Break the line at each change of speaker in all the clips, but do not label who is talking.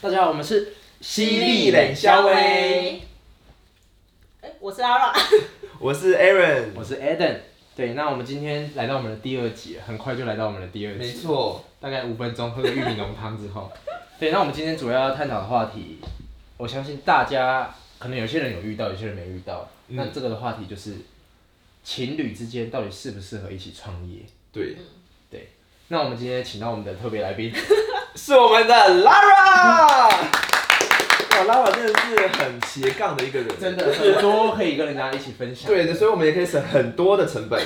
大家好，我们是
犀
利
利
冷
冷
肖
肖
威
威，哎，我是 Lara，
我是 Aaron，
我是 Eden。对，那我们今天来到我们的第二集了，很快就来到我们的第二
没
集，
错，
大概五分钟喝个玉米浓汤之后， 对，那我们今天主要要探讨的话题，我相信大家可能有些人有遇到，有些人没遇到。
嗯
那这个的话题就是情侣之间到底适不适合一起创业？
对，
那我们今天请到我们的特别来宾，
是我们的 Lara。哇，Lara 真的是很斜杠的一个人，
真的很多可以跟人家一起分享。
对的，所以我们也可以省很多的成 本。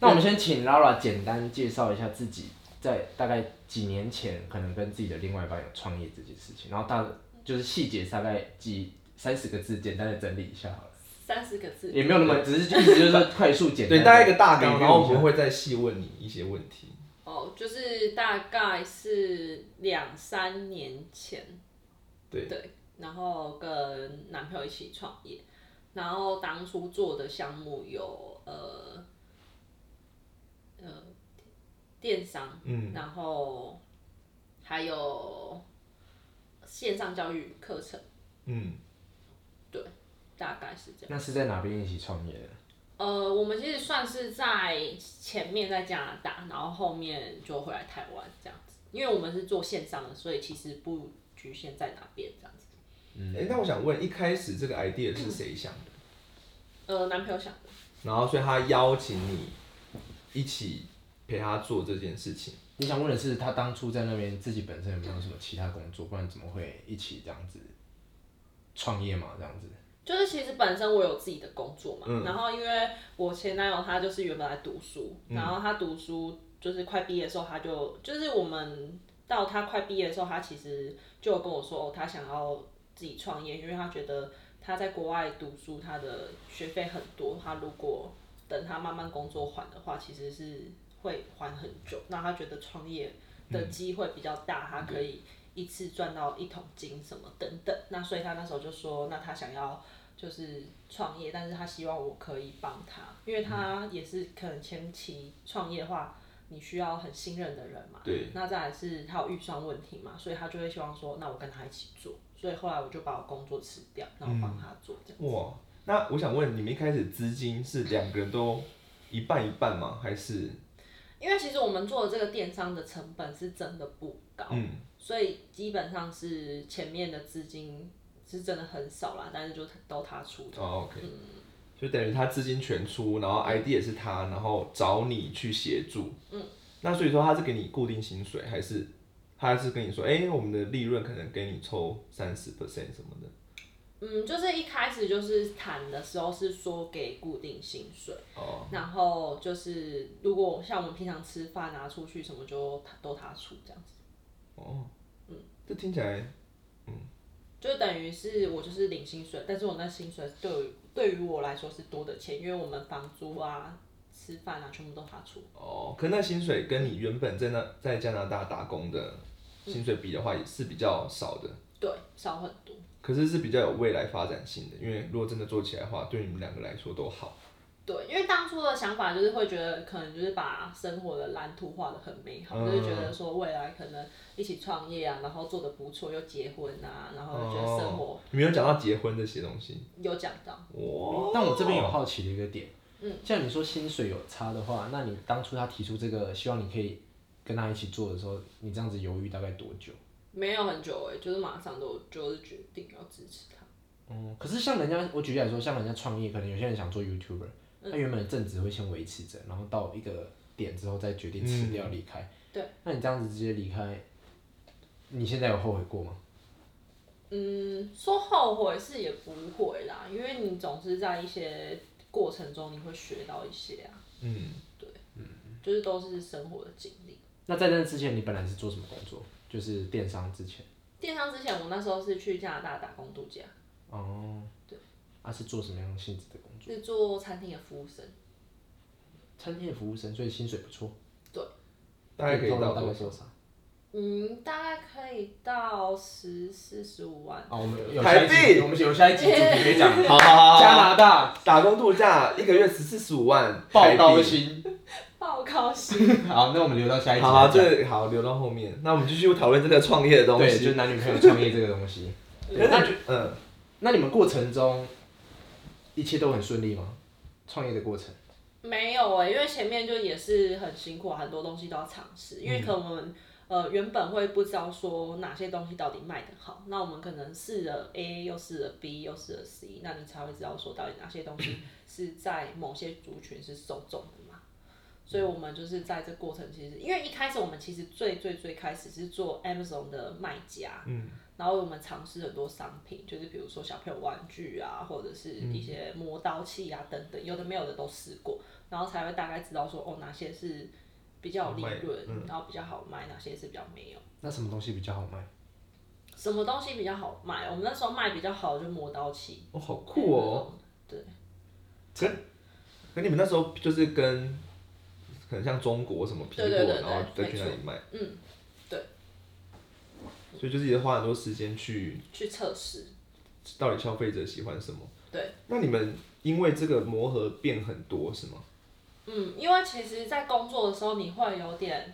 那我们先请 Lara 简单介绍一下自己，在大概几年前可能跟自己的另外一半有创业这件事情，然后大就是细节大概几三十个字，简单的整理一下好了，
三十个字，
也没有那么，只是就一直就是说快速简单
对，
地
大概一个大纲，
review
然后我
一
们
下
会再细问你一些问题。
哦，就是大概是两三年前，
对
对，然后跟男朋友一起创业，然后当初做的项目有呃呃电商，
嗯，
然后还有线上教育课程，
嗯，
大概是这样。
那是在哪边一起创业的？
呃，我们其实算是在前面在加拿大，然后后面就回来台湾这样子，因为我们是做线上的，所以其实不局限在哪边这样子。
哎、那我想问，一开始这个 idea 是谁想的？
呃，男朋友想的，
然后所以他邀请你一起陪他做这件事情。
你想问的是，他当初在那边自己本身有没有什么其他工作，不然怎么会一起这样子创业嘛？这样子，
就是其实本身我有自己的工作嘛，
嗯
然后因为我前男友他就是原本来读书，然后他读书就是快毕业的时候，他就就是我们到他快毕业的时候，他其实就有跟我说，哦，他想要自己创业，因为他觉得他在国外读书，他的学费很多，他如果等他慢慢工作还的话，其实是会还很久。那他觉得创业的机会比较大，他可以一次赚到一桶金什么等等。那所以他那时候就说，那他想要就是创业，但是他希望我可以帮他，因为他也是可能前期创业的话，你需要很信任的人嘛。
对，
那再来是他有预算问题嘛，所以他就会希望说，那我跟他一起做。所以后来我就把我工作辞掉，然后帮他做这样。
哇，那我想问，你们一开始资金是两个人都一半一半吗？还是
因为其实我们做的这个电商的成本是真的不高，
嗯
所以基本上是前面的资金是真的很少啦，但是就都他出的。嗯
哦，OK，就等于他资金全出，然后 ID 也是他，然后找你去协助。嗯，那所以说他是给你固定薪水，还是他是跟你说，哎、我们的利润可能给你抽三十 percent 什么的？
嗯，就是一开始就是谈的时候是说给固定薪水，
哦，
然后就是如果像我们平常吃饭啊、出去什么就他都他出这样子，
哦，
嗯
这听起来，
就等于是我就是领薪水，但是我那薪水对于对于我来说是多的钱，因为我们房租啊、吃饭啊全部都他出。
哦，可那薪水跟你原本在那在加拿大打工的
嗯
薪水比的话，也是比较少的。
对，少很多。
可是是比较有未来发展性的，因为如果真的做起来的话，对你们两个来说都好。
对，因为当初的想法就是会觉得，可能就是把生活的蓝图画的很美好，
嗯
就是觉得说未来可能一起创业啊，然后做的不错，又结婚啊，然后就觉得生活
哦、你没有讲到结婚这些东西，
有讲到。
哇！
但我这边有好奇的一个点，嗯，像你说薪水有差的话，那你当初他提出这个希望你可以跟他一起做的时候，你这样子犹豫大概多久？
没有很久哎、就是马上都就是决定要支持他。
嗯，可是像人家，我举例来说，像人家创业，可能有些人想做 YouTuber，他原本的正职会先维持着，然后到一个点之后再决定辞掉离开。
对，
那你这样子直接离开，你现在有后悔过吗？
嗯，说后悔是也不会啦，因为你总是在一些过程中你会学到一些啊，
嗯，
就是都是生活的经历。
那在那之前，你本来是做什么工作？就是电商之前。
电商之前，我那时候是去加拿大打工度假，
哦。对。啊，是做什么样性质的工作？
是做餐厅的服务生，
餐厅的服务生，所以薪水不错。
大概可以
透露
到
大概
多
多
少？
少？
嗯，大概可以到十四十五万。
啊，我们有
台
下一集
币
我们有下一集主题可以 讲
好好好好
加拿大
打工度假一个月十四十五万
报道
台币
薪，
报告型，
好，那我们留到下一集
好、啊，
来讲。
这个好留到后面。那我们继续讨论这个创业的东
对，
西。
就是男女朋友创业这个东西。
可是你觉嗯，
那你们过程中一切都很顺利吗？创业的过程，
没有哎、因为前面就也是很辛苦啊，很多东西都要尝试，因为可能我们、呃原本会不知道说哪些东西到底卖得好，那我们可能试了 A 又试了 B 又试了 C，那你才会知道说到底哪些东西是在某些族群是受众的嘛。所以我们就是在这过程，其实因为一开始我们其实最最最开始是做 Amazon 的卖家，嗯，然后我们尝试很多商品，就是比如说小朋友玩具啊，或者是一些磨刀器啊等等，有的没有的都试过，然后才会大概知道说哦哪些是比较有利润，
嗯
然后比较好卖，哪些是比较没有。
那什么东西比较好卖？
什么东西比较好卖？我们那时候卖比较好的就磨刀器，
哦，好酷哦。
对，
可你们那时候就是跟，可能像中国什么苹果，
对对对对
然后再去那里卖，
嗯，
所以就是也花很多时间去
去测试。
到底消费者喜欢什么。
对，
那你们因为这个磨合变很多是吗？
嗯，因为其实，在工作的时候，你会有点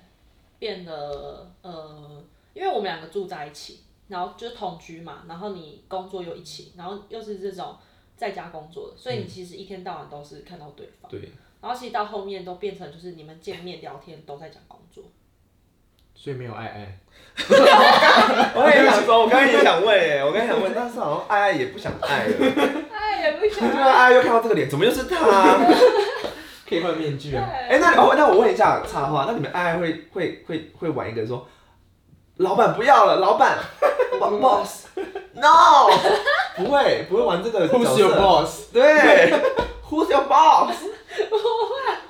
变得呃，因为我们两个住在一起，然后就是同居嘛，然后你工作又一起，然后又是这种在家工作的，所
嗯
以你其实一天到晚都是看到对方，
对，
然后其实到后面都变成就是你们见面聊天都在讲工作，
所以没有爱爱，
我也想 说，我刚才也想问哎，我刚才想问，但是好像爱爱也不想爱了，
哎，也不
对啊，爱爱又看到这个脸，怎么又是他？
可以换面具 啊。
哎、那哦，那我问一下插话，那你们爱爱会会会会玩一个说，老板不要了，老板，boss，no，不 会不会玩这个角
Who's your
色
boss？
对，Who's your boss？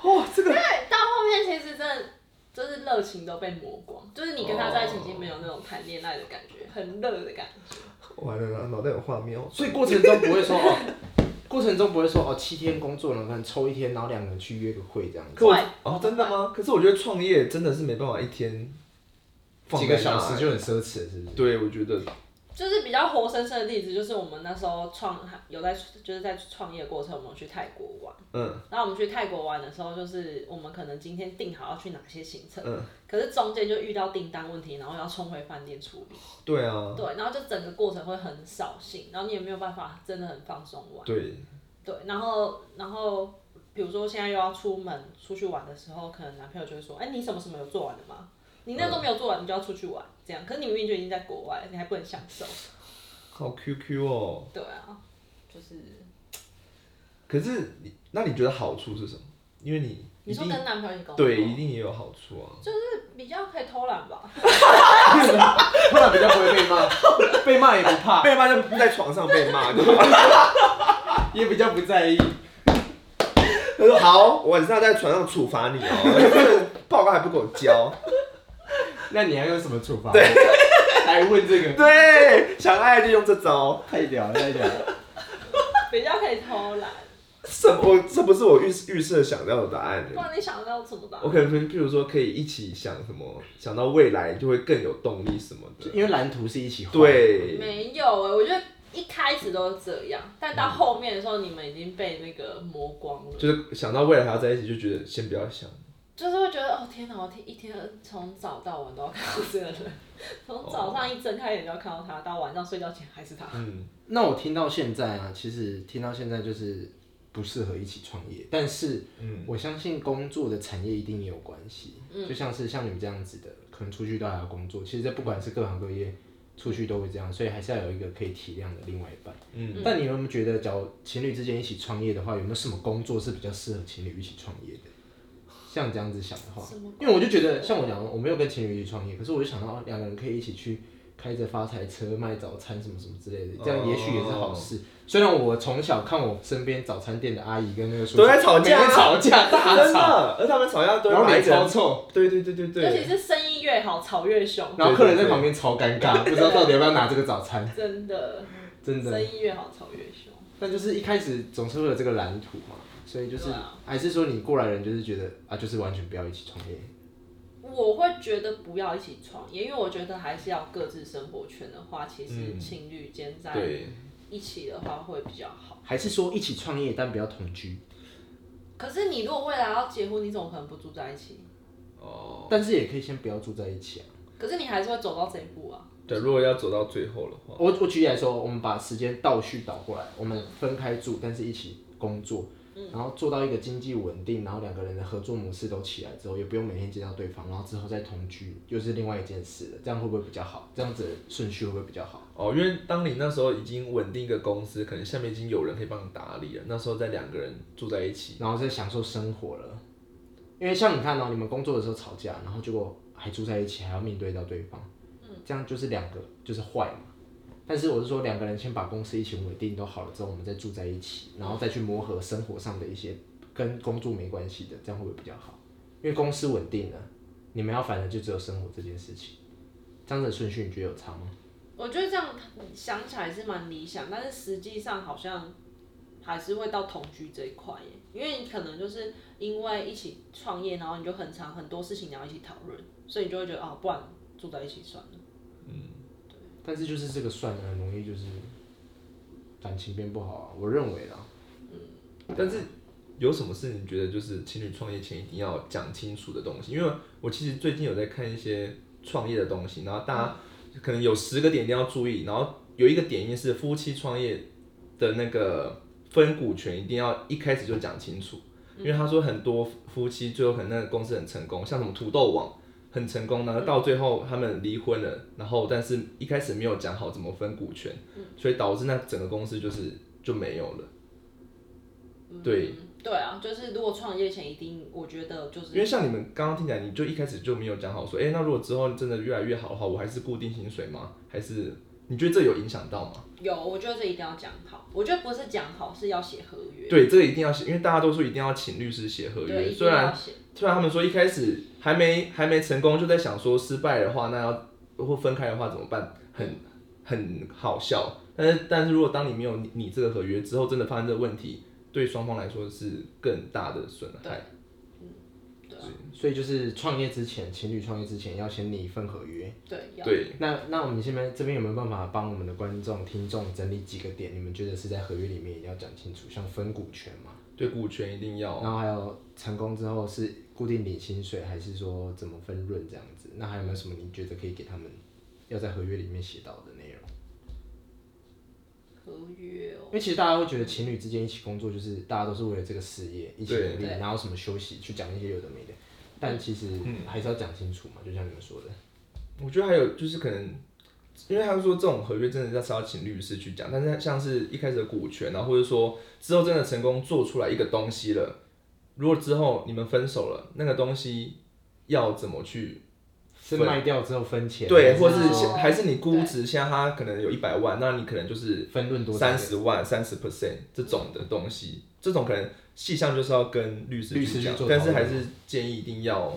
哇，这个
到后面其实真的就是热情都被磨
哦
光，就是你跟他在一起已经没有那种谈恋爱的感觉，很热的感觉。
完了，脑袋有画面哦。
所以过程中不会说哦， 过程中不会说哦，七天工作，然后可能抽一天，然后两个人去约个会这样子，
可我
快
哦，真的吗？可是我觉得创业真的是没办法一天放
几
在
个小
那
时就很奢侈了，是不是？
对，我觉得
就是比较活生生的例子，就是我们那时候创有在就是在创业过程，我们去泰国玩。
嗯
然后我们去泰国玩的时候，就是我们可能今天定好要去哪些行程，
嗯，
可是中间就遇到订单问题，然后要冲回饭店处理。
对啊，
对，然后就整个过程会很扫兴，然后你也没有办法真的很放松玩。
对，
对，然后然后比如说现在又要出门出去玩的时候，可能男朋友就会说：“哎、你什么什么有做完的吗？你那个
嗯
都没有做完，你就要出去玩，这样。”可是你明明就已经在国外，你还不能享受。
好 QQ 哦。
对啊，就是
可是你，那你觉得好处是什么？因为你
你
一
说
定
跟男朋友一起工作，
对，一定也有好处啊。
就是比较可以偷懒吧。
突然比较不会被骂，被骂也不怕，
被骂就不在床上被 骂，就
也比较不在意。
他说好，晚上在床上处罚你哦，报告还不给我交。
那你还有什么处罚？对，来问这个，
对，想爱就用这招。
太屌了，太屌了。
比较可以偷懒，
这我这不是我预预设想到的答案
不
耶。
然你想到什么吧
我？可能譬如说可以一起想什么，想到未来就会更有动力什么的。
因为蓝图是一起画的，
对，
没有哎、我觉得一开始都是这样，但到后面的时候，你们已经被那个磨光了，
就是想到未来还要在一起，就觉得先不要想。
就是会觉得哦天哪，我天一天从早到晚都要看到这个人，从早上一睁开眼就要看到他，到晚上睡觉前还是他。
嗯，
那我听到现在啊，其实听到现在就是不适合一起创业，但是
嗯
我相信工作的产业一定也有关系。
嗯
就像是像你们这样子的，可能出去都还要工作。其实这不管是各行各业，出去都会这样，所以还是要有一个可以体谅的另外一半。
嗯，
但你有没有觉得，假如情侣之间一起创业的话，有没有什么工作是比较适合情侣一起创业的？像这样子想的话
什么工，
因为我就觉得，像我讲，我没有跟情侣一起创业，可是我就想到哦两个人可以一起去开着发财车卖早餐什么什么之类
哦
的，这样也许也是好事。虽然我从小看我身边早餐店的阿姨跟那个叔叔
都在吵架啊
每天吵架大
真
吵，
的，而他们吵架都
然
会
后
把一
脸
个人
超臭，
对对对对
尤
对，
其是生意越好，吵越凶，
然后客人在旁边超尴尬，不知道到底要不要拿这个早餐，
真的，
真的。
生意越好，吵越凶。
但就是一开始总是会有这个蓝图嘛，所以就是、
对啊
还是说你过来人就是觉得啊，就是完全不要一起创业。
我会觉得不要一起创业，因为我觉得还是要各自生活圈的话，其实
嗯
情侣间在
对，
一起的话会比较好。
还是说一起创业，但不要同居。
可是你如果未来要结婚，你怎么可能不住在一起？
哦，
但是也可以先不要住在一起啊。
可是你还是会走到这一步啊。
对，如果要走到最后的话，
我我举例来说，我们把时间倒序倒过来，我们分开住，但是一起工作，然后做到一个经济稳定，然后两个人的合作模式都起来之后，也不用每天见到对方，然后之后再同居，又是另外一件事了。这样会不会比较好？这样子的顺序会不会比较好？
哦，因为当你那时候已经稳定一个公司，可能下面已经有人可以帮你打理了，那时候再两个人住在一起，
然后再享受生活了。因为像你看哦、你们工作的时候吵架，然后结果还住在一起，还要面对到对方，这样就是两个就是坏嘛。但是我是说，两个人先把公司一起稳定都好了之后，我们再住在一起，然后再去磨合生活上的一些跟工作没关系的，这样会不会比较好？因为公司稳定了，你们要烦的就只有生活这件事情。这样子的顺序你觉得有差吗？
我觉得这样想起来是蛮理想，但是实际上好像还是会到同居这一块耶，因为你可能就是因为一起创业，然后你就很长很多事情你要一起讨论，所以你就会觉得哦，不然住在一起算了。
但是就是这个算了，很容易就是感情变不好啊，我认为啦。
但是有什么是你觉得就是情侣创业前一定要讲清楚的东西？因为我其实最近有在看一些创业的东西，然后大家可能有十个点一定要注意，然后有一个点一定是夫妻创业的那个分股权一定要一开始就讲清楚，因为他说很多夫妻最后可能那个公司很成功，像什么土豆网。很成功，然后到最后他们离婚了，然后但是一开始没有讲好怎么分股权，所以导致那整个公司就是就没有了。对，
嗯对啊，就是如果创业前一定，我觉得就是
因为像你们刚刚听起来，你就一开始就没有讲好说，哎、那如果之后真的越来越好的话，我还是固定薪水吗？还是你觉得这有影响到吗？
有，我觉得这一定要讲好。我觉得不是讲好，是要写合约。
对，这个一定要写，因为大家都说一定要请律师写合
对，
约。
一
虽
定
然
要写。
虽然他们说一开始还没还没成功，就在想说失败的话，那要或分开的话怎么办？很很好笑。但是但是如果当你没有你你这个合约之后，真的发生这个问题，对双方来说是更大的损害。
嗯对啊
所以就是创业之前，情侣创业之前要先拟一份合约。
对，要
对，
那那我们这边这边有没有办法帮我们的观众、听众整理几个点？你们觉得是在合约里面一定要讲清楚，像分股权嘛，
对股权一定要。
然后还有成功之后是固定领薪水，还是说怎么分润这样子？那还有没有什么你觉得可以给他们要在合约里面写到的内容？
合约哦。
因为其实大家会觉得情侣之间一起工作，就是大家都是为了这个事业一起
对
努力，
对
然后什么休息去讲一些有的没的，但其实
嗯
还是要讲清楚嘛，就像你们说的。
我觉得还有就是可能，因为他们说这种合约真的是要请律师去讲，但是像是一开始的股权啊，或者说之后真的成功做出来一个东西了，如果之后你们分手了，那个东西要怎么去
是卖掉之后分钱，
对，
还
或
是
是
哦
还是你估值，像他可能有一百万，那你可能就是
分论多少
三十万、三十 percent 这种的东西，这种可能细项就是要跟律师
律师
去
去
讲
做，
但是
讨
还
论
是建议一定要，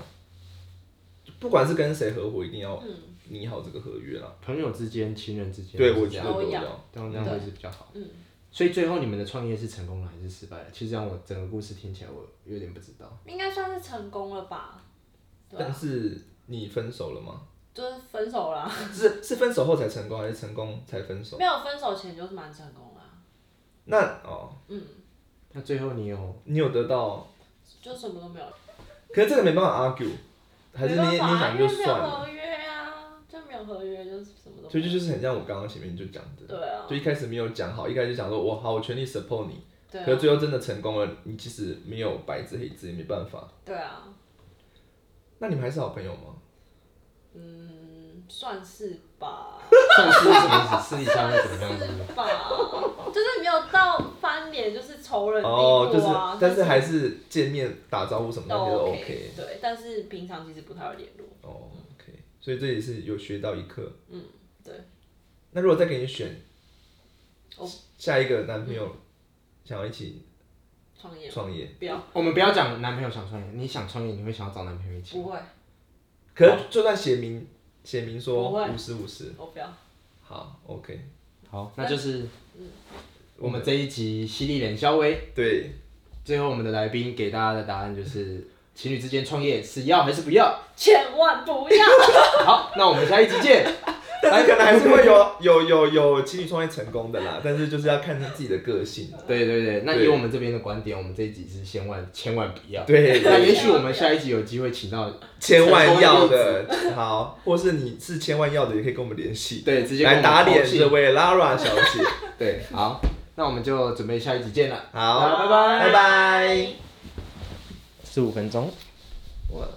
不管是跟谁合伙，一定要拟好这个合约啦。
朋友之间、亲人之间，
对，
是
我
这
觉
样
得都
都
要
要。
这样这样会是比较好。嗯，所以最后你们的创业是成功了还是失败了？其实让我整个故事听起来，我有点不知道。
应该算是成功了吧？对
但
啊，
是你分手了吗？
就是分手啦，
是是分手后才成功，还是成功才分手？
没有分手前就是蛮成功啦、
那哦，
那最后你 有
你有得到，
就什么都没有。
可是这个没办法 argue，还是你
没
你
办法啊
想
因
就
为没
算
有
了。
合约啊，就没有合约，就是什么都
所
没
以
有。
这就是很像我刚刚前面就讲的，
对啊，
就一开始没有讲好，一开始就讲说我好，我全力 support 你，
对
可是
啊，
最后真的成功了，你其实没有白纸黑字，也没办法。
对啊，
那你们还是好朋友吗？
嗯，算是吧，
算是什么意思？私底下会怎么样？是不是
是吧， 就是没有到翻脸，就是仇人地
哦，就是
步啊，，
但是还是见面打招呼什么
都
那些都
OK，
OK。
对，但是平常其实不太会联络，
哦，OK，所以这也是有学到一课。
嗯对，
那如果再给你选
哦，
下一个男朋友想要一起
创业
创业，
不要，
我们不要讲男朋友想创业，你想创业，你会想要找男朋友一起
不
吗？
会，
可是就算写明写明说
不会
五十五十，
我不要，
好，OK，
好，那就是
我
我
们
们这一集犀利冷肖微。
对，
最后我们的来宾给大家的答案就是：情侣之间创业是要还是不要？
千万不要。
好，那我们下一集见，
但是可能还是会有有有有情侣创业成功的啦，但是就是要看自己的个性。
对对对，那
对
以我们这边的观点，我们这一集是千万千万不要。
对
那也许我们下一集有机会请到，
千万要的，好，或是你是千万要的，也可以跟我们联系，
对，直接跟
来
我们
打
口
脸
信
这位 Lara 小姐。
对，好，那我们就准备下一集见了，
好，
拜拜
拜拜。
十五分钟，我。